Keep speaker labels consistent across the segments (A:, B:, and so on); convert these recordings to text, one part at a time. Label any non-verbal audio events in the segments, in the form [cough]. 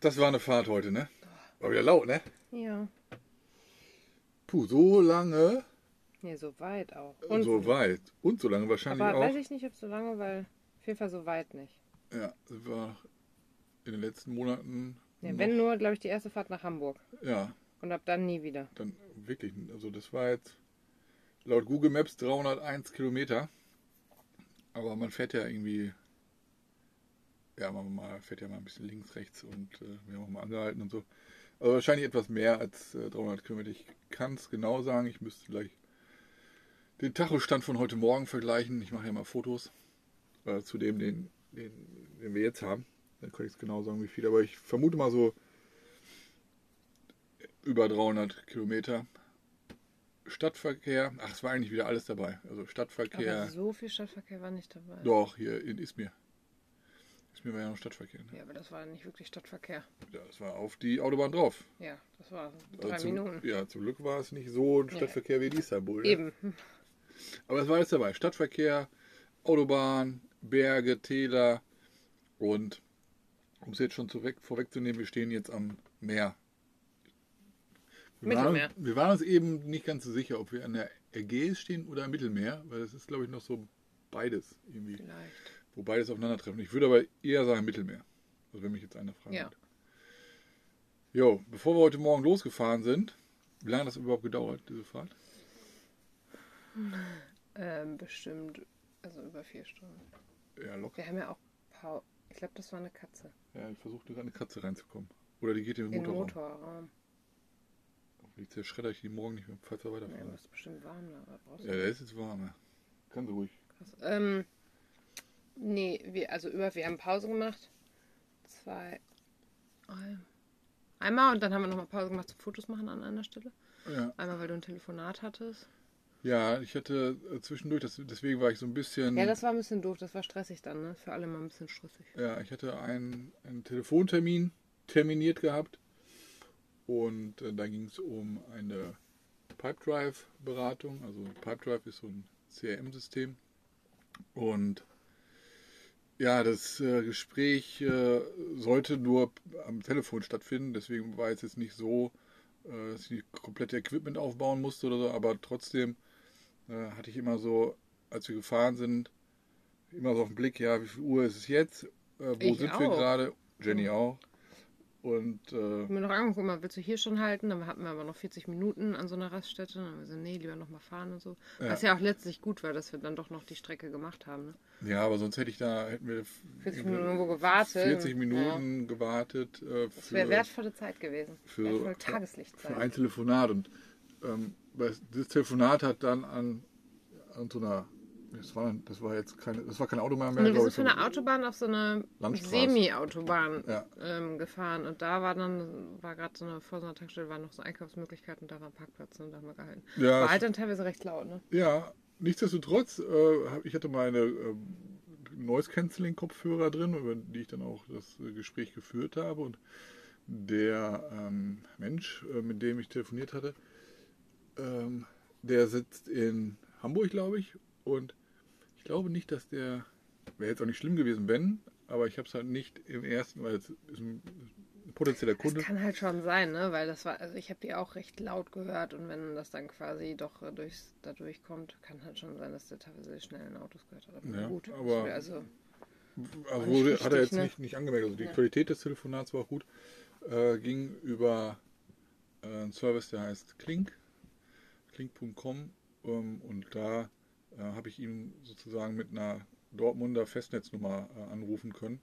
A: Das war eine Fahrt heute, ne? War wieder laut, ne?
B: Ja.
A: Puh, so lange
B: Nee, so weit auch.
A: und so weit. Und so lange wahrscheinlich
B: aber
A: auch.
B: weiß ich nicht, ob so lange, weil auf jeden Fall so weit nicht.
A: Ja, das war in den letzten Monaten.
B: Ja, Wenn nur, glaube ich, die erste Fahrt nach Hamburg.
A: Ja,
B: Und ab dann nie wieder.
A: dann wirklich. Also das war jetzt laut Google Maps 301 Kilometer. Aber man fährt ja irgendwie. Ja, man mal, fährt ja mal ein bisschen links, rechts und äh, wir haben auch mal angehalten und so. Also wahrscheinlich etwas mehr als äh, 300 Kilometer. Ich kann es genau sagen. Ich müsste gleich den Tachostand von heute Morgen vergleichen. Ich mache ja mal Fotos äh, zu dem, den, den, den wir jetzt haben. Dann kann ich es genau sagen, wie viel. Aber ich vermute mal so über 300 Kilometer. Stadtverkehr, ach, es war eigentlich wieder alles dabei. Also Stadtverkehr,
B: Aber so viel Stadtverkehr war nicht dabei.
A: doch, hier in Izmir. Izmir war ja noch Stadtverkehr. Ne?
B: Ja, aber das war nicht wirklich Stadtverkehr.
A: Ja, Das war auf die Autobahn drauf.
B: Ja, das war drei
A: Also zum,
B: Minuten.
A: Ja, zum Glück war es nicht so ein Stadtverkehr wie in Istanbul. ne?
B: Eben.
A: Aber es war alles dabei. Stadtverkehr, Autobahn, Berge, Täler und um es jetzt schon zurück, vorwegzunehmen, wir stehen jetzt am Meer. Wir waren,
B: Mittelmeer.
A: wir waren uns eben nicht ganz so sicher, ob wir an der Ägäis stehen oder am Mittelmeer, weil das ist, glaube ich, noch so beides irgendwie,
B: Vielleicht.
A: wo beides aufeinandertreffen. Ich würde aber eher sagen Mittelmeer. Also wenn mich jetzt einer fragen
B: Ja.
A: würde. Jo, bevor wir heute Morgen losgefahren sind, wie lange hat das überhaupt gedauert, diese Fahrt?
B: Ähm, bestimmt, also über vier Stunden.
A: Ja, locker.
B: Wir haben ja auch Pau. Ich glaube, das war eine Katze.
A: Ja, ich versuche gerade eine Katze reinzukommen. Oder die geht in den
B: Im
A: Motorraum.
B: Motorraum.
A: Hoffentlich zerschredder ich die morgen nicht mehr, falls wir
B: Ja,
A: weiterfahren.
B: aber ist bestimmt warm da. aber brauchst du
A: Ja, der ist jetzt warm. Ja. Ganz ruhig.
B: Krass. Ähm, nee, wir, also über, wir haben Pause gemacht. Zwei. ein- Einmal und dann haben wir nochmal Pause gemacht zum Fotos machen an einer Stelle.
A: Ja,
B: Einmal, weil du ein Telefonat hattest.
A: ja ich hatte äh, zwischendurch, das, deswegen war ich so ein bisschen.
B: Ja, das war ein bisschen doof, das war stressig dann, ne? Für alle mal ein bisschen stressig.
A: Ja, ich hatte einen, einen Telefontermin terminiert gehabt. Und äh, da ging es um eine Pipedrive-Beratung. Also Pipedrive ist so ein CRM-System. Und ja, das äh, Gespräch äh, sollte nur am Telefon stattfinden. Deswegen war es jetzt nicht so, äh, dass ich komplette Equipment aufbauen musste oder so. Aber trotzdem äh, hatte ich immer so, als wir gefahren sind, immer so auf den Blick, ja, wie viel Uhr ist es jetzt? Äh, wo
B: Ich
A: sind wir
B: auch. Mhm.
A: gerade? Jenny auch. Und äh,
B: Ich mir noch angeguckt, mal, willst du hier schon halten? Dann hatten wir aber noch 40 Minuten an so einer Raststätte. Dann haben wir so, nee, lieber nochmal fahren und so.
A: Ja.
B: Was ja auch letztlich gut war, dass wir dann doch noch die Strecke gemacht haben. Ne?
A: ja, aber sonst hätte ich da, hätten wir
B: 40 Minuten irgendwo gewartet.
A: 40 Minuten gewartet äh,
B: Das wäre
A: für,
B: wertvolle Zeit gewesen.
A: für-
B: wertvolle
A: für
B: Tageslichtzeit.
A: ein Telefonat. Und ähm, weil es- das Telefonat hat dann an, an so einer, das war, das war jetzt keine, das war kein Autobahn mehr.
B: Und wir
A: glaub
B: sind
A: ich,
B: von der Autobahn auf so eine
A: Landstraße.
B: Semi-Autobahn
A: Ja.
B: ähm, gefahren. Und da war dann, war gerade so eine, vor so einer Tankstelle waren noch so Einkaufsmöglichkeiten, da war ein Parkplatz ne, und da haben wir gehalten.
A: Ja,
B: war
A: es-
B: halt dann teilweise recht laut, ne?
A: Ja, nichtsdestotrotz, äh, hab- ich hatte meine ähm, Noise-Canceling-Kopfhörer drin, über die ich dann auch das äh, Gespräch geführt habe. Und der ähm, Mensch, äh, mit dem ich telefoniert hatte, ähm, der sitzt in Hamburg, glaube ich. Und ich glaube nicht, dass der, wäre jetzt auch nicht schlimm gewesen, wenn, aber ich habe es halt nicht im ersten, weil es ist ein potenzieller
B: Das
A: Kunde.
B: kann halt schon sein, ne? Weil das war, also ich habe die auch recht laut gehört und wenn das dann quasi doch äh, durchs, da durchkommt, kann halt schon sein, dass der teilweise schnell in Autos gehört hat. Aber
A: Ja,
B: gut,
A: aber- Also
B: also Nicht
A: wurde,
B: richtig,
A: hat er jetzt
B: ne?
A: nicht, nicht angemerkt. Also die
B: Ja.
A: Qualität des Telefonats war auch gut. Äh, ging über äh, einen Service, der heißt Klink, klink.com. Ähm, und da äh, habe ich ihn sozusagen mit einer Dortmunder Festnetznummer äh, anrufen können.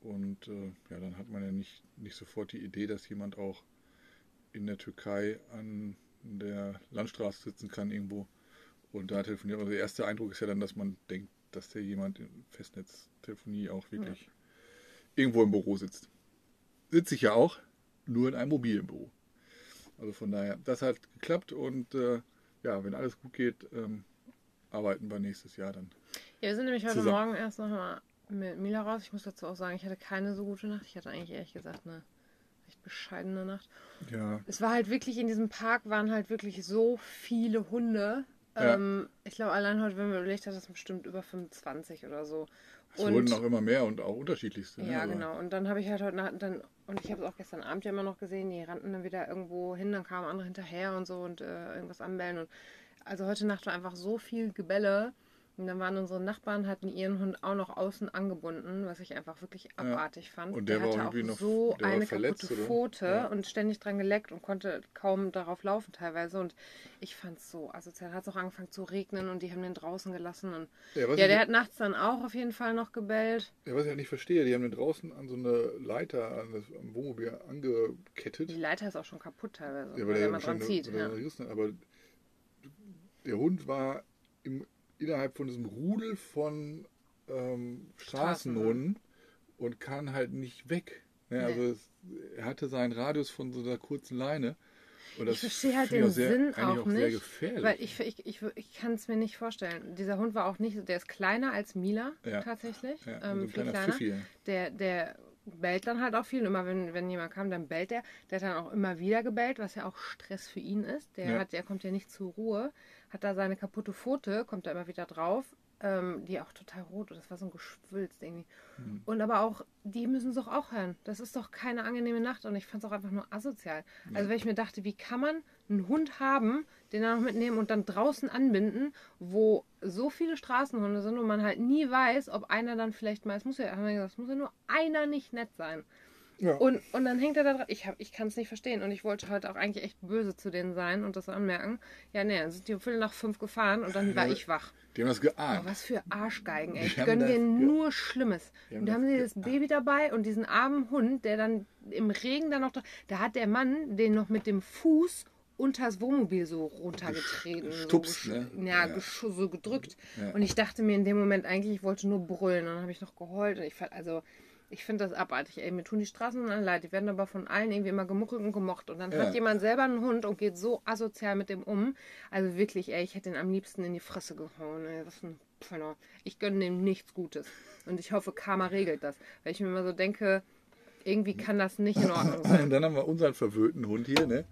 A: Und äh, ja, dann hat man ja nicht, nicht sofort die Idee, dass jemand auch in der Türkei an der Landstraße sitzen kann irgendwo und da telefoniert. Also der erste Eindruck ist ja dann, dass man denkt, dass der jemand in Festnetztelefonie auch wirklich irgendwo im Büro sitzt. Sitze ich ja auch, nur in einem mobilen Büro. Also von daher, das hat geklappt und äh, ja, wenn alles gut geht, ähm, arbeiten wir nächstes Jahr dann.
B: Ja, wir sind nämlich heute
A: Zusammen.
B: Morgen erst nochmal mit Mila raus. Ich muss dazu auch sagen, ich hatte keine so gute Nacht. Ich hatte eigentlich ehrlich gesagt eine recht bescheidene Nacht.
A: Ja,
B: Es war halt wirklich in diesem Park waren halt wirklich so viele Hunde.
A: Ja.
B: Ähm, ich glaube, allein heute, wenn man überlegt hat, das sind bestimmt über 25 oder so.
A: Es wurden auch immer mehr und auch unterschiedlichste. ne,
B: Ja,
A: aber-
B: genau. Und dann habe ich halt heute Nacht, dann, und ich habe es auch gestern Abend ja immer noch gesehen, die rannten dann wieder irgendwo hin, dann kamen andere hinterher und so und äh, irgendwas anbellen. Und, also heute Nacht war einfach so viel Gebelle. Und dann waren unsere Nachbarn, hatten ihren Hund auch noch außen angebunden, was ich einfach wirklich abartig fand.
A: Und der war
B: hatte
A: irgendwie noch-
B: so
A: der war
B: eine
A: verletzt,
B: kaputte
A: oder?
B: Pfote
A: Ja.
B: und ständig dran geleckt und konnte kaum darauf laufen teilweise. Und ich fand es so asozial. Hat es auch angefangen zu regnen und die haben den draußen gelassen. Und
A: Ja, was
B: ja,
A: ich,
B: der hat nachts dann auch auf jeden Fall noch gebellt.
A: ja, was ich halt nicht verstehe, die haben den draußen an so eine Leiter an das, am Wohnmobil angekettet.
B: Die Leiter ist auch schon kaputt teilweise,
A: Ja, weil
B: weil
A: der
B: man dran
A: schon-
B: zieht.
A: weil der
B: Ja.
A: gerissen hat, aber der Hund war im, innerhalb von diesem Rudel von ähm, Straßenhunden und kann halt nicht weg. Ne,
B: Nee.
A: Also es, er hatte seinen Radius von so einer kurzen Leine. Und das
B: Ich verstehe halt
A: finde ich
B: den
A: sehr,
B: Sinn
A: eigentlich
B: auch
A: Sehr
B: nicht,
A: gefährlich.
B: Weil ich, ich, ich, ich kann es mir nicht vorstellen. Dieser Hund war auch nicht, der ist kleiner als Mila
A: Ja.
B: tatsächlich.
A: ja,
B: ähm,
A: so ein
B: viel
A: kleiner
B: kleiner.
A: Pfiffi. ja.
B: Der, der bellt dann halt auch viel. Und immer wenn, wenn jemand kam, dann bellt er. Der hat dann auch immer wieder gebellt, was ja auch Stress für ihn ist. Der,
A: Ja.
B: hat, der kommt ja nicht zur Ruhe, hat da seine kaputte Pfote, kommt da immer wieder drauf. Ähm, die auch total rot und das war so ein Geschwülst irgendwie. Und aber auch, die müssen es doch auch hören. Das ist doch keine angenehme Nacht und ich fand es auch einfach nur asozial. Also, weil ich mir dachte, wie kann man einen Hund haben, den dann noch mitnehmen und dann draußen anbinden, wo so viele Straßenhunde sind und man halt nie weiß, ob einer dann vielleicht mal, es muss ja, haben wir gesagt, es muss ja nur einer nicht nett sein.
A: Ja.
B: Und, und dann hängt er da dran. Ich, hab- ich kann es nicht verstehen. Und ich wollte heute auch eigentlich echt böse zu denen sein und das anmerken. Ja, nee, dann sind die um Viertel nach fünf gefahren und dann war
A: Ja,
B: ich wach.
A: Die haben das
B: Oh,
A: geahnt.
B: was für Arschgeigen, ey. Ich
A: Die haben
B: gönne
A: das
B: dir
A: ge-
B: nur Schlimmes.
A: Die haben
B: und da haben
A: das
B: sie
A: ge- ah.
B: das Baby dabei und diesen armen Hund, der dann im Regen dann noch. dr- Da hat der Mann den noch mit dem Fuß unters Wohnmobil so runtergetreten.
A: gestupst,
B: so, gesch-
A: ne?
B: Ja,
A: Ja.
B: gesch- so gedrückt.
A: Ja.
B: Und ich dachte mir in dem Moment eigentlich, ich wollte nur brüllen. Und dann habe ich noch geheult. Und ich fand, also. Ich finde das abartig, ey. Mir tun die Straßenhunde leid. Die werden aber von allen irgendwie immer gemuckelt und gemocht. Und dann
A: Ja.
B: hat jemand selber einen Hund und geht so asozial mit dem um. Also wirklich, ey, ich hätte ihn am liebsten in die Fresse gehauen. Ey. Was ein Pfenner. Ich gönne dem nichts Gutes. Und ich hoffe, Karma regelt das. Weil ich mir immer so denke, irgendwie kann das nicht in
A: [laughs]
B: Ordnung sein.
A: Und dann haben wir unseren verwöhnten Hund hier, ne?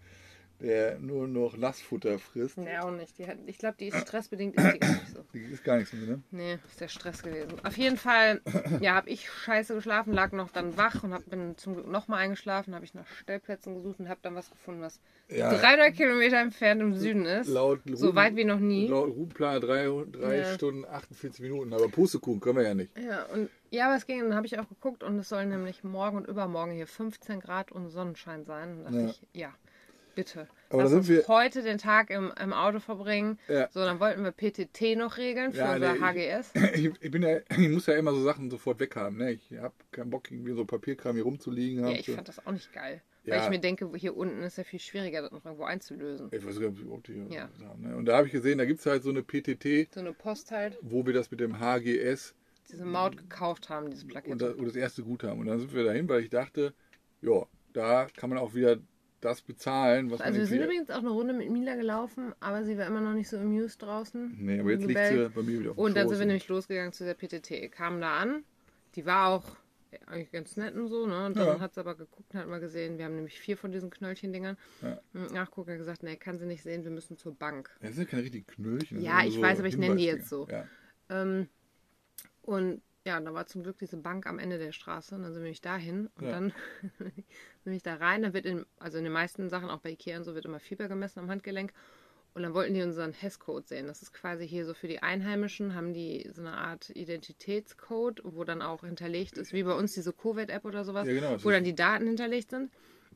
A: der nur noch Nassfutter frisst.
B: Nee, auch nicht. Die hat, ich glaube, die ist stressbedingt. Ist die gar nicht so.
A: Die ist gar nichts mehr. Ne?
B: Nee, ist der Stress gewesen. Auf jeden Fall, ja, habe ich scheiße geschlafen, lag noch dann wach und hab, bin zum Glück nochmal eingeschlafen, habe ich nach Stellplätzen gesucht und habe dann was gefunden, was
A: Ja.
B: 300 Kilometer entfernt im Süden ist.
A: Laut
B: so
A: Ruben-
B: weit wie noch nie.
A: Laut Routenplaner 3, drei
B: Ja.
A: Stunden 48 Minuten, aber Pustekuchen können wir ja nicht.
B: Ja, und ja, aber es ging, dann habe ich auch geguckt und es soll nämlich morgen und übermorgen hier 15 Grad und Sonnenschein sein. Und dachte
A: Ja.
B: ich, ja, bitte.
A: Aber
B: Lass
A: da sind
B: uns
A: wir-
B: heute den Tag im, im Auto verbringen.
A: Ja. [clears throat]
B: So, dann wollten wir PTT noch regeln für
A: Ja,
B: unser
A: nee, ich-
B: HGS.
A: Ich, ich, bin ja, [clears throat] ich muss ja immer so Sachen sofort weghaben. Ne? Ich habe keinen Bock, irgendwie so Papierkram hier rumzuliegen.
B: Ja,
A: haben
B: ich
A: zu-
B: fand das auch nicht geil.
A: Ja.
B: Weil ich mir denke, hier unten ist ja viel schwieriger, das noch irgendwo einzulösen.
A: ich weiß gar nicht, ob die
B: Ja.
A: das haben. Ne? Und da habe ich gesehen, da gibt es halt so eine PTT,
B: So eine Post halt,
A: wo wir das mit dem HGS
B: diese Maut gekauft haben, diese
A: und
B: Plakette.
A: das, und das erste Guthaben. Und dann sind wir dahin, weil ich dachte, ja, da kann man auch wieder das bezahlen, was
B: Also wir
A: man
B: sind
A: irgendwie...
B: übrigens auch eine Runde mit Mila gelaufen, aber sie war immer noch nicht so amused draußen.
A: Nee, aber jetzt liegt
B: Gebellt.
A: sie bei mir wieder auf dem
B: Und dann
A: Schoß
B: sind wir nämlich losgegangen zu der PTT, kamen da an. Die war auch eigentlich ganz nett und so, ne? Und dann
A: Ja.
B: hat sie aber geguckt und hat mal gesehen, wir haben nämlich vier von diesen Knöllchen-Dingern.
A: Ja.
B: Und Nachgucken hat gesagt, nee, kann sie nicht sehen, wir müssen zur Bank.
A: Das sind ja keine richtigen Knöllchen. das
B: Ja,
A: sind
B: ich
A: so
B: weiß, aber ich nenne die
A: Hinweisdinger.
B: jetzt so.
A: Ja.
B: Ähm, und ja, da war zum Glück diese Bank am Ende der Straße und dann sind wir nämlich dahin und
A: Ja.
B: dann [laughs] sind wir nämlich da rein. Dann wird in, also in den meisten Sachen, auch bei Ikea und so, wird immer Fieber gemessen am Handgelenk. Und dann wollten die unseren Hesscode sehen. Das ist quasi hier so für die Einheimischen, haben die so eine Art Identitätscode, wo dann auch hinterlegt ist, wie bei uns diese Covid-App oder sowas,
A: Ja, genau, das
B: wo
A: ist-
B: dann die Daten hinterlegt sind.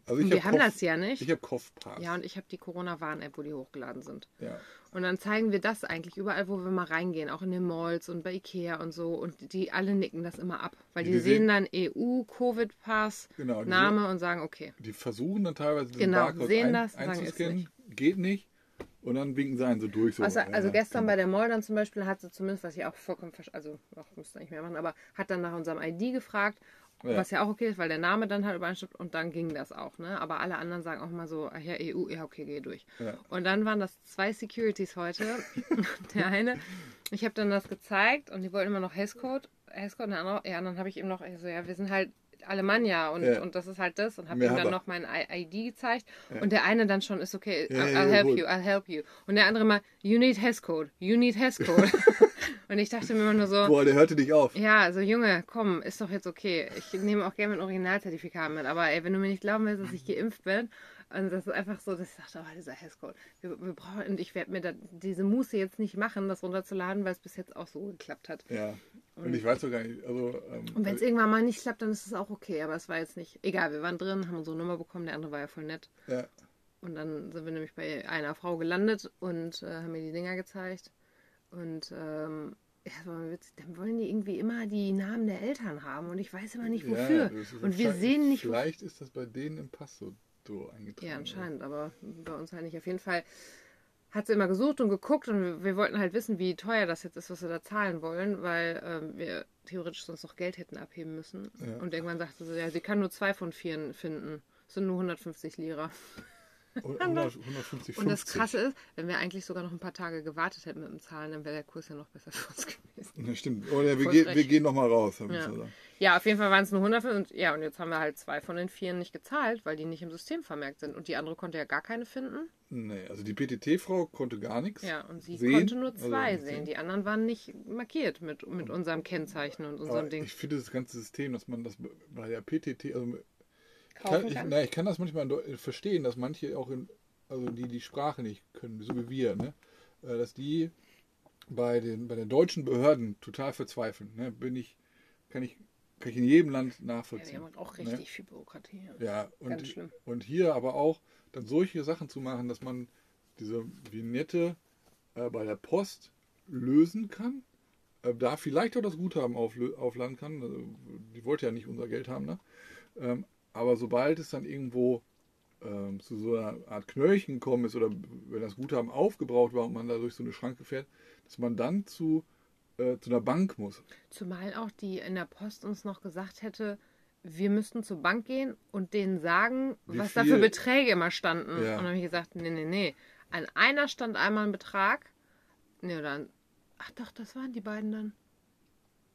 A: Also ich
B: Und wir
A: hab
B: haben
A: Kopf-
B: das ja nicht.
A: Ich habe Kopfpass.
B: Ja, und ich habe die Corona-Warn-App, wo die hochgeladen sind.
A: ja.
B: Und dann zeigen wir das eigentlich überall, wo wir mal reingehen, auch in den Malls und bei Ikea und so. Und die alle nicken das immer ab, weil
A: Die
B: die,
A: sehen-
B: sehen dann EU, Covid-Pass,
A: Genau, die
B: Name und sagen, okay.
A: Die versuchen dann teilweise den
B: Genau,
A: Barcode
B: sehen
A: ein,
B: das, sagen,
A: einzuscannen, geht nicht. Und dann winken sie einen so durch. So. äh,
B: Also,
A: Ja,
B: also
A: ja. genau.
B: gestern bei der Mall dann zum Beispiel hat sie zumindest, was ich auch vollkommen, versch- also ach, müsste ich nicht mehr machen, aber hat dann nach unserem ID gefragt,
A: Ja.
B: was ja auch okay ist, weil der Name dann halt übereinstimmt und dann ging das auch, ne? Aber alle anderen sagen auch mal so, ach ja, EU, ja, okay, geh durch.
A: Ja.
B: Und dann waren das zwei Securities
A: [laughs]
B: heute. der eine, ich habe dann das gezeigt und die wollten immer noch Hesscode, Hesscode und der andere, ja, und dann habe ich ihm noch, also ja, wir sind halt Alemannia und,
A: Ja.
B: und das ist halt das und habe
A: Mehr
B: ihm dann
A: aber.
B: noch mein I- ID gezeigt
A: Ja.
B: und der eine dann schon ist okay, also,
A: Ja,
B: I'll,
A: ja,
B: I'll
A: ja,
B: help
A: gut.
B: you, I'll help you und der andere mal you need Hesscode, you need Hesscode [laughs] und ich dachte mir immer nur so,
A: Boah, der hörte dich auf.
B: ja, also Junge, komm, ist doch jetzt okay. Ich nehme auch gerne mein Originalzertifikat mit, aber ey, wenn du mir nicht glauben willst, dass ich geimpft bin, und das ist einfach so, dass ich dachte, oh, dieser Hesscode. Wir, wir brauchen, und ich werde mir da, diese Muße jetzt nicht machen, das runterzuladen, weil es bis jetzt auch so geklappt hat.
A: Ja. Und ich weiß doch gar nicht, also. Ähm,
B: Und wenn es irgendwann mal nicht klappt, dann ist es auch okay, aber es war jetzt nicht. Egal, wir waren drin, haben unsere Nummer bekommen, der andere war ja voll nett.
A: ja.
B: Und dann sind wir nämlich bei einer Frau gelandet und äh, haben mir die Dinger gezeigt. Und ähm, ja, das war mal witzig. Dann wollen die irgendwie immer die Namen der Eltern haben und ich weiß immer nicht
A: Ja,
B: wofür.
A: das ist
B: und wir
A: anscheinend-
B: sehen nicht, wofür.
A: Vielleicht ist das bei denen im Pass so, so eingetragen.
B: Ja, anscheinend, aber bei uns halt nicht. Auf jeden Fall hat sie immer gesucht und geguckt und wir, wir wollten halt wissen, wie teuer das jetzt ist, was wir da zahlen wollen, weil ähm, wir theoretisch sonst noch Geld hätten abheben müssen.
A: Ja.
B: Und irgendwann sagte sie, ja, sie kann nur zwei von vier finden. Es sind nur 150 Lira.
A: Und 100, 150,
B: Und das
A: 50.
B: Krasse ist, wenn wir eigentlich sogar noch ein paar Tage gewartet hätten mit dem Zahlen, dann wäre der Kurs ja noch besser [laughs] für uns gewesen.
A: Ja, stimmt. Oder wir,
B: Voll
A: gehen
B: frech.
A: wir gehen nochmal raus, hab ich
B: Ja.
A: gesagt.
B: Ja, auf jeden Fall waren es nur 100 und ja, und jetzt haben wir halt zwei von den vier nicht gezahlt, weil die nicht im System vermerkt sind. Und die andere konnte ja gar keine finden.
A: Nee, also die PTT-Frau konnte gar nichts.
B: Ja, und sie
A: Sehen?
B: konnte nur
A: Also
B: zwei
A: nicht
B: sehen. Die anderen waren nicht markiert mit, mit unserem Kennzeichen und
A: Aber
B: unserem Ding.
A: ich finde das ganze System, dass man das bei der PTT, also
B: Kaufen
A: kann, ich,
B: kann.
A: na, ich kann das manchmal in Deu- verstehen, dass manche auch in, also die die Sprache nicht können, so wie wir, ne? Äh, dass die bei den bei den deutschen Behörden total verzweifeln. Ne? Bin ich, kann ich, kann ich in jedem Land
B: Ja, die
A: nachvollziehen.
B: haben halt auch
A: ne?
B: richtig viel Bürokratie. ja.
A: Ja, und,
B: Ganz schlimm.
A: und hier aber auch dann solche Sachen zu machen, dass man diese Vignette äh, bei der Post lösen kann, äh, da vielleicht auch das Guthaben auflö- aufladen kann. Also, die wollte ja nicht unser Geld haben, ne? Ähm, aber sobald es dann irgendwo ähm, zu so einer Art Knöllchen gekommen ist oder wenn das Guthaben aufgebraucht war und man da durch so eine Schranke fährt, dass man dann zu, äh, zu einer Bank muss.
B: Zumal auch die in der Post uns noch gesagt hätte, wir müssten zur Bank gehen und denen sagen,
A: Wie
B: was
A: viel-
B: da für Beträge immer standen. Und
A: Ja.
B: dann habe ich gesagt, nee, nee, nee. An einer stand einmal ein Betrag. Nee, oder an, ach doch, das waren die beiden dann.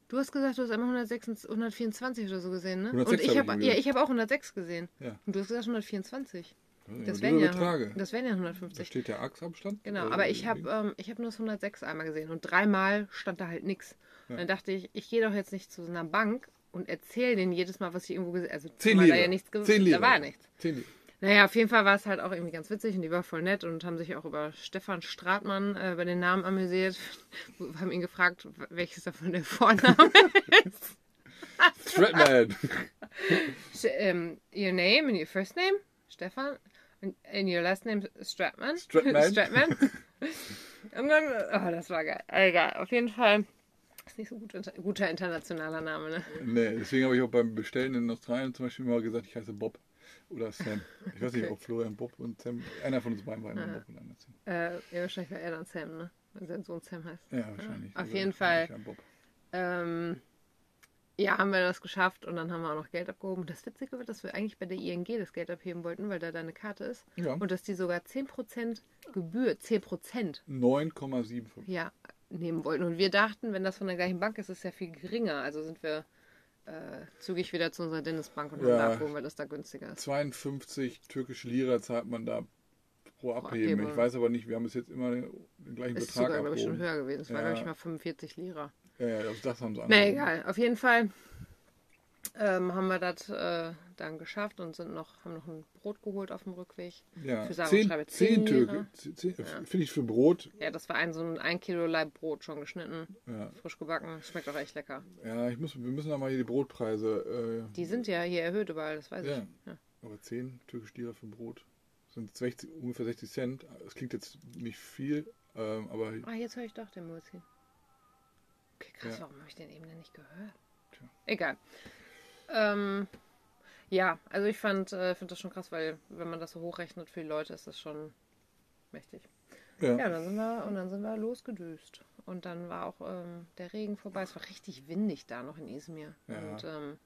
B: Du hast gesagt, du hast einmal 126, 124 oder so gesehen, ne?
A: 106
B: und
A: habe ich
B: ich habe
A: ihm
B: ja,
A: gesagt.
B: ich habe auch 106 gesehen.
A: Ja.
B: Und du hast gesagt 124. Das
A: Über
B: wären ja,
A: Beträge.
B: das wären ja
A: Da
B: 150.
A: steht der Achsabstand.
B: Genau,
A: Also
B: aber ich habe
A: wegen-
B: ähm, ich hab nur das 106 einmal gesehen und dreimal stand da halt nichts. Und Dann dachte ich, ich gehe doch jetzt nicht zu so einer Bank und erzähle denen jedes Mal, was ich irgendwo gesehen habe. Also
A: Zehn
B: zumal
A: Lira.
B: da ja nichts
A: Zehn
B: gesehen,
A: Lira.
B: da war nichts.
A: Zehn Lira.
B: Naja, auf jeden Fall war es halt auch irgendwie ganz witzig und die war voll nett und haben sich auch über Stefan Stratmann äh, bei den Namen amüsiert. [laughs] Wir haben ihn gefragt, welches davon der [laughs] Vorname ist. [laughs]
A: Threadman.
B: Sch- ähm, your name and your first name? Stefan? And, and your last name is Stratman?
A: Stratman.
B: [laughs] Stratman. Und dann, oh, das war geil. Egal, auf jeden Fall. Ist nicht so gut, inter- guter internationaler Name, ne?
A: nee, deswegen habe ich auch beim Bestellen in Australien zum Beispiel immer gesagt, ich heiße Bob oder Sam. Ich weiß nicht,
B: Okay.
A: ob Florian Bob und Sam, einer von uns beiden war immer Bob und einer Sam.
B: Äh, ja, wahrscheinlich war er dann Sam, ne? Weil sein Sohn Sam heißt.
A: Ja, wahrscheinlich.
B: auf
A: Also,
B: jeden
A: ich war
B: Fall.
A: nicht ein Bob.
B: Ähm, ja, haben wir das geschafft und dann haben wir auch noch Geld abgehoben. Das Witzige war, dass wir eigentlich bei der ING das Geld abheben wollten, weil da deine Karte ist.
A: Ja.
B: Und dass die sogar 10% Gebühr, 10%,
A: 9,75.
B: ja, nehmen wollten. Und wir dachten, wenn das von der gleichen Bank ist, ist es ja viel geringer. Also sind wir äh, zügig wieder zu unserer Dennis-Bank und haben
A: Ja.
B: da abgehoben, weil das da günstiger ist.
A: 52 türkische Lira zahlt man da pro Abheben.
B: Abhebung.
A: Ich weiß aber nicht, wir haben es jetzt immer den gleichen
B: Ist
A: Betrag
B: sogar, glaube ich, schon
A: abgehoben.
B: höher gewesen. Es war,
A: Ja.
B: glaube ich, mal 45 Lira.
A: Ja, ja, also das haben sie
B: Na
A: angehoben.
B: egal, auf jeden Fall ähm, haben wir das äh, dann geschafft und sind noch, haben noch ein Brot geholt auf dem Rückweg.
A: Ja,
B: Für Sarah
A: zehn,
B: schreibe ich
A: zehn
B: zehn
A: Türke.
B: Lira.
A: Zehn, Finde ich für Brot.
B: Ja, das war ein so ein 1 Kilo Laib Brot schon geschnitten,
A: Ja,
B: frisch gebacken, schmeckt auch echt lecker.
A: ja ich muss, wir müssen da mal hier die Brotpreise. Äh,
B: Die sind ja hier erhöht überall, das weiß
A: Ja.
B: ich. Ja.
A: Aber 10 türkische Lira für ein Brot sind 60, ungefähr 60 Cent. Das klingt jetzt nicht viel, ähm, aber
B: Ah, jetzt höre ich doch den Mulzi. Okay, krass,
A: Ja.
B: warum habe ich den eben denn nicht gehört?
A: Tja.
B: Egal. Ähm, ja, also ich fand äh, find das schon krass, weil wenn man das so hochrechnet für die Leute, ist das schon mächtig.
A: ja.
B: Ja, dann sind wir und dann sind wir losgedüst. Und dann war auch ähm, der Regen vorbei. Es war richtig windig da noch in Izmir.
A: Ja.
B: Und ähm,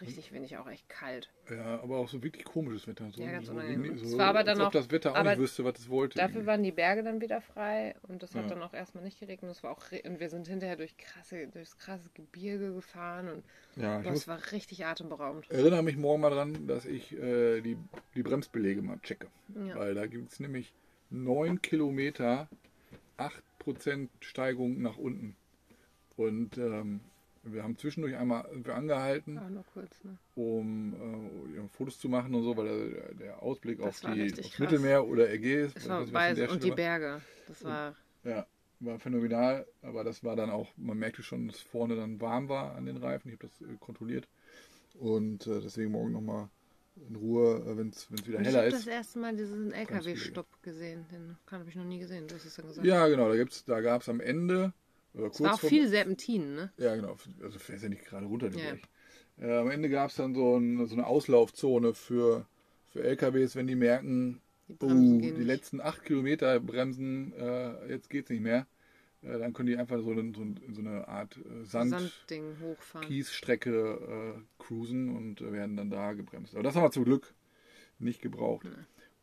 B: Richtig, finde ich auch echt kalt.
A: Ja, aber auch so wirklich komisches Wetter. So,
B: Ja, ganz
A: so,
B: unangenehm.
A: so,
B: Es war aber
A: als
B: dann
A: ob
B: auch-
A: das Wetter auch
B: aber
A: nicht wüsste, was es wollte.
B: Dafür waren die Berge dann wieder frei und das hat
A: Ja.
B: dann auch erstmal nicht geregnet. Es war auch re- und wir sind hinterher durch krasse, durchs krasse Gebirge gefahren und
A: ja, ich
B: boah,
A: muss,
B: es war richtig atemberaubend.
A: erinnere mich morgen mal dran, dass ich äh, die, die Bremsbelege mal checke.
B: Ja.
A: Weil da gibt es nämlich 9 Kilometer 8% Steigung nach unten. Und ähm, wir haben zwischendurch einmal sind wir angehalten,
B: Aber nur kurz, ne?
A: um äh, Fotos zu machen und so, weil der, der Ausblick
B: Das
A: auf
B: war
A: die,
B: richtig
A: aufs
B: krass.
A: Mittelmeer oder Ägäis
B: Es
A: ich weiß nicht,
B: war
A: was in
B: weiß
A: der
B: und
A: Stelle
B: die Berge. Das war
A: Ja, war phänomenal, aber das war dann auch, man merkte schon, dass vorne dann warm war an den Reifen. Ich habe das äh, kontrolliert. Und äh, deswegen morgen nochmal in Ruhe, äh, wenn es wieder
B: Und ich
A: heller
B: habe das
A: ist.
B: erste Mal diesen
A: billiger.
B: LKW-Stopp gesehen. Den habe ich noch nie gesehen. Du hast es dann gesagt.
A: Ja, genau, da, gibt's- da gab es am Ende, oder
B: es war
A: kurz
B: auch
A: vor,
B: viel Serpentinen, ne?
A: Ja, genau. Also fährst ja nicht gerade runter. den
B: Ja.
A: Weg. Äh, am Ende gab es dann so, ein, so eine Auslaufzone für, für LKWs, wenn die merken,
B: Die
A: oh,
B: Bremsen gehen
A: die
B: nicht.
A: letzten acht Kilometer bremsen, äh, jetzt geht's nicht mehr. Äh, dann können die einfach so, einen- so, ein- so eine Art äh, Sand,
B: Sandding hochfahren.
A: Kiesstrecke äh, cruisen und äh, werden dann da gebremst. Aber das haben wir zum Glück nicht gebraucht.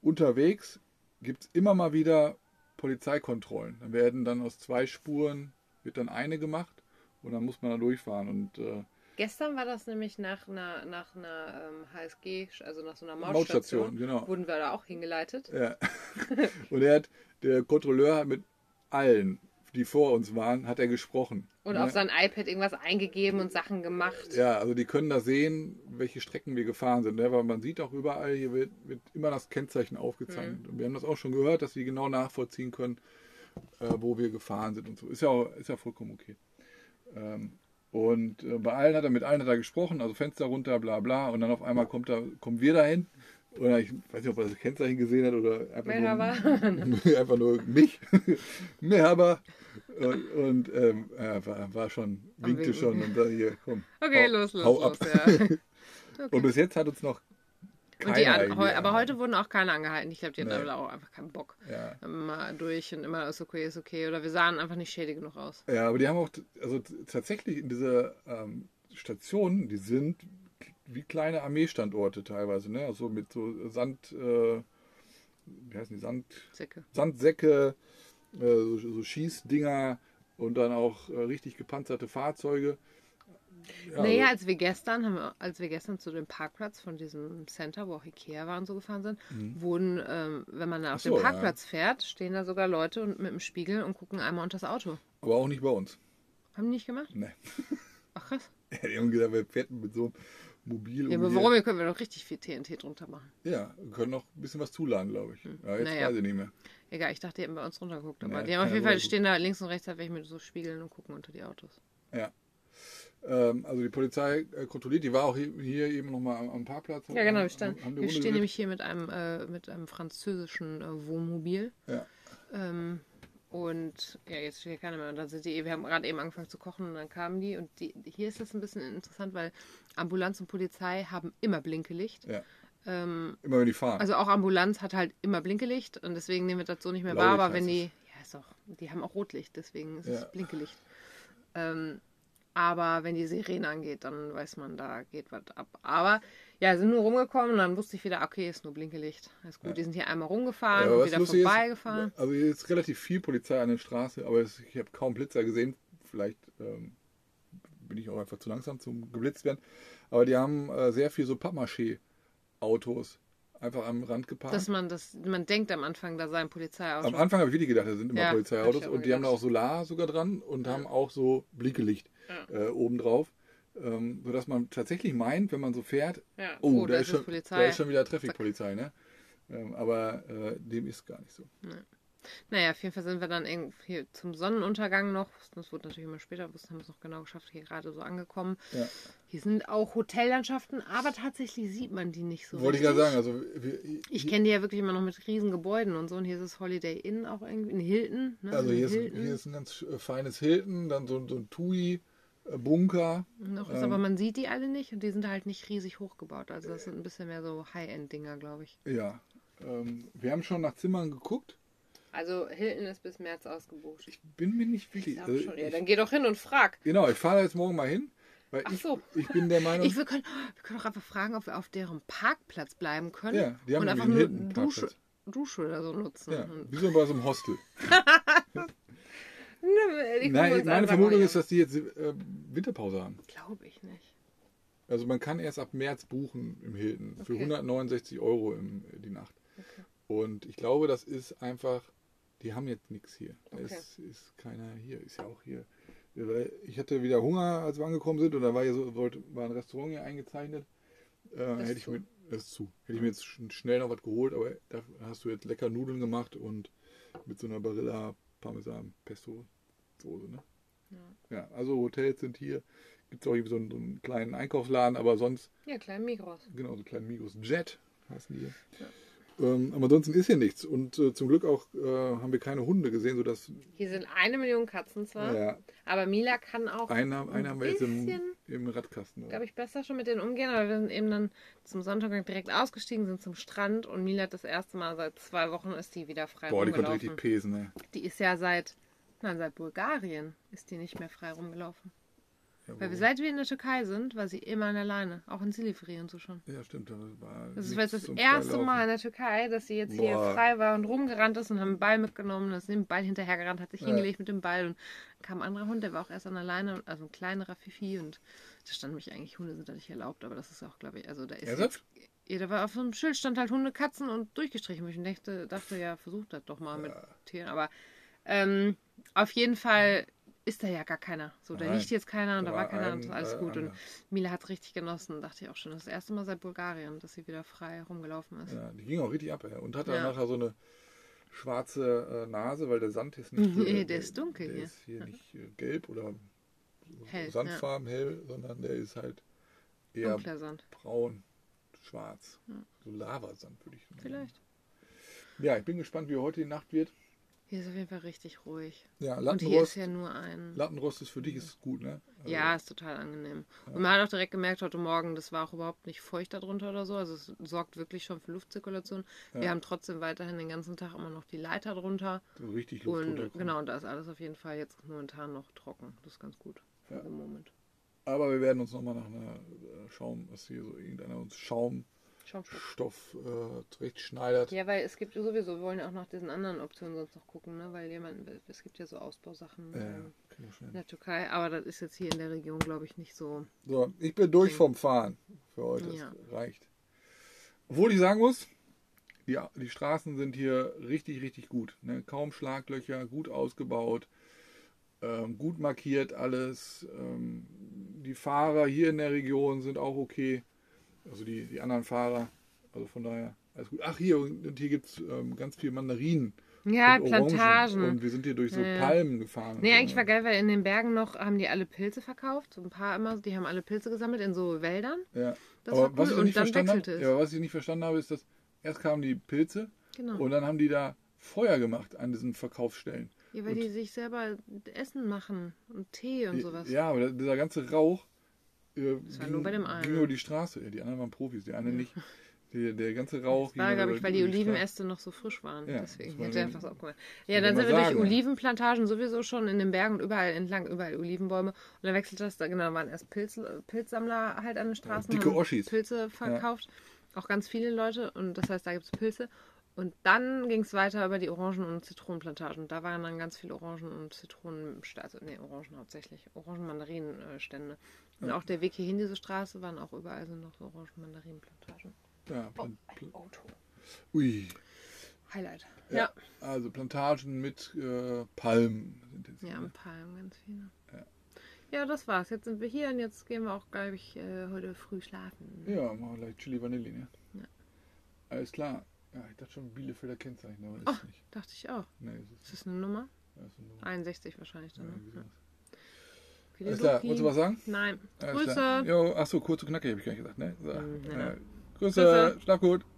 A: Unterwegs gibt es immer mal wieder Polizeikontrollen. Dann werden dann aus zwei Spuren wird dann eine gemacht und dann muss man da durchfahren. Und äh,
B: Gestern war das nämlich nach einer, nach einer ähm, HSG, also nach so einer
A: Mautstation,
B: Mautstation,
A: genau.
B: wurden wir da auch hingeleitet.
A: Ja. [laughs] und er hat, der Kontrolleur hat mit allen, die vor uns waren, hat er gesprochen.
B: Und
A: Ne?
B: auf sein iPad irgendwas eingegeben und Sachen gemacht.
A: Ja, also die können da sehen, welche Strecken wir gefahren sind. ne? Weil man sieht auch überall, hier wird, wird immer das Kennzeichen aufgezeichnet. Und wir haben das auch schon gehört, dass die genau nachvollziehen können, äh, wo wir gefahren sind und so. Ist ja, auch, ist ja vollkommen okay. Ähm, und äh, bei allen hat er, mit allen hat er gesprochen, also Fenster runter, bla bla. Und dann auf einmal kommt da, kommen wir dahin. Oder ich weiß nicht, ob er das Kennzeichen gesehen hat oder einfach, nur,
B: Merhaba.
A: [laughs] einfach nur mich. Merhaba. Und, und ähm, äh, war, war schon,
B: Am
A: winkte
B: Winken.
A: schon und da hier, komm.
B: Okay,
A: hau,
B: los, los,
A: hau
B: los.
A: Ab.
B: Ja.
A: Und
B: Okay.
A: bis jetzt hat uns noch keiner
B: Und die an,
A: irgendwie
B: heu, aber
A: an-
B: heute wurden auch keine angehalten. Ich glaube, die hatten
A: Nee.
B: alle auch einfach keinen Bock.
A: Ja.
B: Immer durch und immer ist okay, ist okay. Oder wir sahen einfach nicht schädig genug aus.
A: ja, aber die haben auch, t- also t- tatsächlich in dieser ähm, Stationen, die sind k- wie kleine Armeestandorte teilweise, ne? Also mit so Sand, äh, wie heißen die, Sand,
B: Zicke.
A: Sandsäcke, äh, so, so Schießdinger und dann auch äh, richtig gepanzerte Fahrzeuge. Ja,
B: naja,
A: also,
B: als wir gestern, haben wir, als wir gestern zu dem Parkplatz von diesem Center, wo auch Ikea war und so gefahren sind, wurden, ähm, wenn man da auf
A: Mhm. Ach so,
B: den
A: ja.
B: Parkplatz fährt, stehen da sogar Leute und mit dem Spiegel und gucken einmal unter das Auto.
A: aber auch nicht bei uns.
B: Haben die nicht gemacht?
A: Ne. [laughs]
B: Ach krass.
A: Die haben gesagt, wir fährten mit so einem Mobil
B: Ja,
A: um
B: aber
A: die-
B: warum? Hier können wir doch richtig viel TNT drunter machen.
A: Ja, wir können noch ein bisschen was zuladen, glaube ich. Ja, jetzt
B: Hm. Naja.
A: weiß ich nicht mehr.
B: Egal, ich dachte, die hätten bei uns runtergeguckt. Aber
A: Ja,
B: die haben auf
A: kann
B: jeden
A: ja
B: Fall,
A: wohl
B: stehen da links und rechts halt welche mit so Spiegeln und gucken unter die Autos.
A: Ja. Ähm, also die Polizei äh, kontrolliert, die war auch hi- hier eben nochmal am, am Parkplatz.
B: Ja, genau,
A: Haben-
B: wir standen.
A: haben die
B: Wir
A: Runde
B: stehen
A: gedreht.
B: nämlich hier mit einem, äh, mit einem französischen äh, Wohnmobil.
A: Ja.
B: Ähm, und ja, jetzt steht hier keiner mehr. Und dann sind die, wir haben gerade eben angefangen zu kochen und dann kamen die. Und die, hier ist das ein bisschen interessant, weil Ambulanz und Polizei haben immer Blinkelicht.
A: Ja.
B: Ähm,
A: Immer wenn die fahren.
B: also auch Ambulanz hat halt immer Blinkelicht und deswegen nehmen wir das so nicht mehr wahr.
A: Blaulicht
B: Aber wenn
A: heißt
B: die, ja ist auch, die haben auch Rotlicht, deswegen ist
A: Ja.
B: es Blinkelicht. Ähm, aber wenn die Sirene angeht, dann weiß man, da geht was ab. Aber ja, sind nur rumgekommen und dann wusste ich wieder, okay, ist nur Blinkelicht. Alles gut, die sind hier einmal rumgefahren
A: aber
B: und
A: was
B: wieder
A: lustig ist,
B: vorbeigefahren.
A: Also hier ist relativ viel Polizei an der Straße, aber es, ich habe kaum Blitzer gesehen. Vielleicht ähm, bin ich auch einfach zu langsam zum geblitzt werden. Aber die haben äh, sehr viel so Pappmaché-Autos einfach am Rand geparkt.
B: Dass man das, man denkt am Anfang, da sei ein Polizeiauto.
A: Am Anfang habe ich wirklich gedacht, da sind immer
B: Ja, hab
A: Polizeiautos
B: ich auch
A: und die haben da
B: gedacht.
A: auch Solar sogar dran und haben auch so Blinkelicht äh, obendrauf. Ähm, sodass man tatsächlich meint, wenn man so fährt,
B: Ja,
A: oh,
B: oh,
A: da,
B: da
A: ist
B: ist es
A: schon,
B: Polizei.
A: da ist schon wieder Traffic-Polizei, ne? Ähm, aber äh, dem ist gar nicht so.
B: Naja, auf jeden Fall sind wir dann irgendwie zum Sonnenuntergang noch. Das wurde natürlich immer später, wussten, haben es noch genau geschafft, hier gerade so angekommen.
A: Ja.
B: Hier sind auch Hotellandschaften, aber tatsächlich sieht man die nicht so.
A: Wollte ich
B: richtig.
A: gerade sagen, also wir,
B: Ich kenne die ja wirklich immer noch mit riesen Gebäuden und so. Und hier ist das Holiday Inn auch irgendwie. In Hilton. Ne?
A: also
B: In
A: hier ist,
B: Hilton.
A: hier ist ein ganz äh, feines Hilton, dann so, so ein äh, Tui-Bunker.
B: noch
A: ähm,
B: ist, aber man sieht die alle nicht und die sind halt nicht riesig hochgebaut. Also das sind ein bisschen mehr so High-End-Dinger, glaube ich.
A: Ja. Ähm, wir haben schon nach Zimmern geguckt.
B: Also Hilton ist bis März ausgebucht.
A: Bin mir nicht wirklich.
B: Ich glaub
A: also
B: schon. Ja,
A: ich-
B: dann geh doch hin und frag.
A: Genau, ich fahre jetzt morgen mal hin. Weil
B: Ach
A: ich,
B: so.
A: ich bin
B: [laughs]
A: der Meinung,
B: Ich will, können, wir können doch einfach fragen, ob wir auf deren Parkplatz bleiben können
A: Ja, die haben
B: und
A: nämlich
B: einfach
A: einen
B: nur
A: hinten
B: Dusche,
A: Parkplatz.
B: Dusche oder so nutzen.
A: ja,
B: Und-
A: wie so bei so einem Hostel.
B: Ne, wir- [laughs] die gucken
A: Nein,
B: uns
A: meine
B: an,
A: Vermutung
B: sagen,
A: ist, dass die jetzt äh, Winterpause haben.
B: ja, Glaube ich nicht.
A: Also man kann erst ab März buchen im Hilton für
B: Okay.
A: 169 Euro im, äh, die Nacht. Und ich glaube, das ist einfach, die haben jetzt nichts hier. Da
B: Okay.
A: ist, ist keiner hier, ist ja auch hier. Weil Ich hatte wieder Hunger, als wir angekommen sind und da war, ja so, wollte, war ein Restaurant hier eingezeichnet. Äh,
B: Ist
A: hätte ich
B: zu.
A: mir, ist zu. Hätte ich mir jetzt sch- schnell noch was geholt, aber da hast du jetzt lecker Nudeln gemacht und mit so einer Barilla Parmesan Pesto Soße, ne? Ja, also Hotels sind hier. Gibt es auch irgendwie so einen, so einen kleinen Einkaufsladen, aber sonst,
B: Ja, klein Migros.
A: genau, so einen kleinen Migros Jet heißen die hier. Ähm, aber ansonsten ist hier nichts. Und äh, zum Glück auch äh, haben wir keine Hunde gesehen, sodass
B: Hier sind eine Million Katzen zwar,
A: ja,
B: aber Mila kann auch,
A: einer, einer haben wir jetzt im,
B: bisschen-
A: im Radkasten.
B: glaube ich, besser schon mit denen umgehen. Aber wir sind eben dann zum Sonntag direkt ausgestiegen, sind zum Strand und Mila hat das erste Mal seit zwei Wochen ist die wieder frei
A: Boah, die konnte richtig
B: rumgelaufen.
A: pesen, ne?
B: Die ist ja seit, nein, seit Bulgarien ist die nicht mehr frei rumgelaufen. Weil wir, seit wir in der Türkei sind, war sie immer an der Leine. Auch in Silifri und so schon.
A: Ja, stimmt. Da war
B: Das ist
A: nichts
B: jetzt das
A: zum
B: erste
A: Freilaufen.
B: Mal in der Türkei, dass sie jetzt hier
A: Boah.
B: frei war und rumgerannt ist und haben einen Ball mitgenommen, ist dem Ball hinterhergerannt, hat sich
A: Ja.
B: hingelegt mit dem Ball und dann kam ein anderer Hund, der war auch erst an der Leine, also ein kleinerer Fifi und da stand mich eigentlich, Hunde sind da nicht erlaubt, aber das ist auch, glaube ich, also da ist
A: Ernsthaft?
B: jetzt, ja, da war auf so einem Schild stand halt Hunde, Katzen und durchgestrichen. Und ich dachte, dachte ja, versucht das doch mal mit Tieren, aber ähm, auf jeden Fall ist da ja gar keiner. So, da
A: Nein.
B: liegt jetzt keiner und
A: Da
B: da,
A: war
B: war keiner und
A: ein,
B: alles
A: äh,
B: gut.
A: einer.
B: Und Mila hat es richtig genossen, dachte ich auch schon. Das ist das erste Mal seit Bulgarien, dass sie wieder frei rumgelaufen ist.
A: Ja, die ging auch richtig ab. Ey. Und hat dann
B: Ja.
A: nachher so eine schwarze äh, Nase, weil der Sand ist
B: [laughs]
A: nicht.
B: Nee, der ist dunkel
A: der
B: hier.
A: ist hier nicht äh, gelb oder
B: Hell,
A: Sandfarben hell, sondern der ist halt eher
B: Dunkler Sand.
A: braun, schwarz. So Lavasand würde ich sagen.
B: Vielleicht.
A: Ja, ich bin gespannt, wie heute die Nacht wird.
B: Hier ist auf jeden Fall richtig ruhig.
A: Ja,
B: Und hier
A: Lattenrost.
B: ist ja nur ein.
A: Lattenrost ist für dich ist gut, ne? Also,
B: Ja, ist total angenehm. Und man hat auch direkt gemerkt, heute Morgen, das war auch überhaupt nicht feucht darunter oder so. Also es sorgt wirklich schon für Luftzirkulation. Wir haben trotzdem weiterhin den ganzen Tag immer noch die Leiter drunter.
A: So richtig Luft
B: Und
A: runterkommen.
B: genau, und da ist alles auf jeden Fall jetzt momentan noch trocken. Das ist ganz gut. Für
A: Ja.
B: den Moment.
A: Aber wir werden uns nochmal nach einer äh, Schaum, dass hier so irgendeiner uns
B: Schaumstoff.
A: Schaumstoff äh, zurechtschneidert.
B: Ja, weil es gibt sowieso, wir wollen auch nach diesen anderen Optionen sonst noch gucken, ne? Weil jemand, es gibt ja so Ausbausachen
A: Äh,
B: ähm,
A: kriegen wir schnell.
B: in der Türkei, aber das ist jetzt hier in der Region, glaube ich, nicht so.
A: So, ich bin durch vom Fahren für heute.
B: Ja.
A: Das reicht. Obwohl ich sagen muss, die, die Straßen sind hier richtig, richtig gut. Ne? Kaum Schlaglöcher, gut ausgebaut, ähm, gut markiert alles. Ähm, die Fahrer hier in der Region sind auch okay. Also die, die anderen Fahrer. Also von daher alles gut. Ach, hier, und hier gibt es ähm, ganz viel Mandarinen.
B: Ja,
A: und Orangen.
B: Plantagen.
A: Und wir sind hier durch so
B: Ja.
A: Palmen gefahren. ne?
B: Nee, eigentlich
A: war
B: war geil, weil in den Bergen noch haben die alle Pilze verkauft. So ein paar immer, die haben alle Pilze gesammelt in so Wäldern.
A: Ja.
B: Das
A: aber
B: war cool.
A: was ich noch
B: Und
A: nicht
B: dann
A: verstanden
B: wechselte
A: habe,
B: es.
A: ja, was ich nicht verstanden habe, ist, dass erst kamen die Pilze
B: Genau.
A: und dann haben die da Feuer gemacht an diesen Verkaufsstellen.
B: ja, weil die sich selber Essen machen und Tee und sowas.
A: Ja, aber dieser ganze Rauch äh,
B: war nur bei dem einen.
A: ging über die Straße. Ja, die anderen waren Profis, die eine nicht. Der, der ganze Rauch
B: Das war, glaube ich, weil die
A: Olivenäste
B: Olivenäste noch so frisch waren.
A: Ja, das
B: Deswegen
A: war
B: hätte er
A: dann-
B: was abgemacht. Ja,
A: kann man
B: dann sind wir durch
A: sagen, ja.
B: Olivenplantagen sowieso schon in den Bergen und überall entlang, überall Olivenbäume. Und dann wechselt das, da- genau, da waren erst Pilz, Pilzsammler halt an den Straßen.
A: dicke
B: haben
A: Oschis.
B: Pilze verkauft. Auch ganz viele Leute. Und das heißt, da gibt es Pilze. Und dann ging es weiter über die Orangen- und Zitronenplantagen. Da waren dann ganz viele Orangen- und Zitronen, also nee, Orangen hauptsächlich, Orangen-Mandarinen-Stände. Und auch der Weg hierhin, diese Straße, waren auch überall so noch so Orangen-Mandarinen-Plantagen.
A: Ja,
B: Oh,
A: Plan
B: ein Auto.
A: Ui.
B: Highlight.
A: Ja.
B: Ja.
A: Also Plantagen mit äh, Palmen sind jetzt
B: Ja,
A: hier,
B: ein
A: ne?
B: Palmen, ganz viele. Ja. das war's. Jetzt sind wir hier und jetzt gehen wir auch, glaube ich, äh, heute früh schlafen.
A: ja, machen wir gleich Chili Vanille, ne?
B: Ja.
A: Alles klar. Ja, ich dachte schon Bielefelder Kennzeichen, aber
B: Oh.
A: ist nicht.
B: Dachte ich auch.
A: Nee, es ist,
B: Ist das eine Nummer?
A: ist nur,
B: 61 wahrscheinlich dann.
A: irgendwie
B: Ne?
A: sowas.
B: Okay,
A: Alles klar,
B: Luki.
A: wolltest du was sagen?
B: Nein.
A: Alles
B: Grüße.
A: klar. Jo, ach so, kurz und knackig habe ich gar nicht gesagt, ne? So,
B: Mm, ja.
A: äh, Grüße,
B: Grüße.
A: schlaf gut.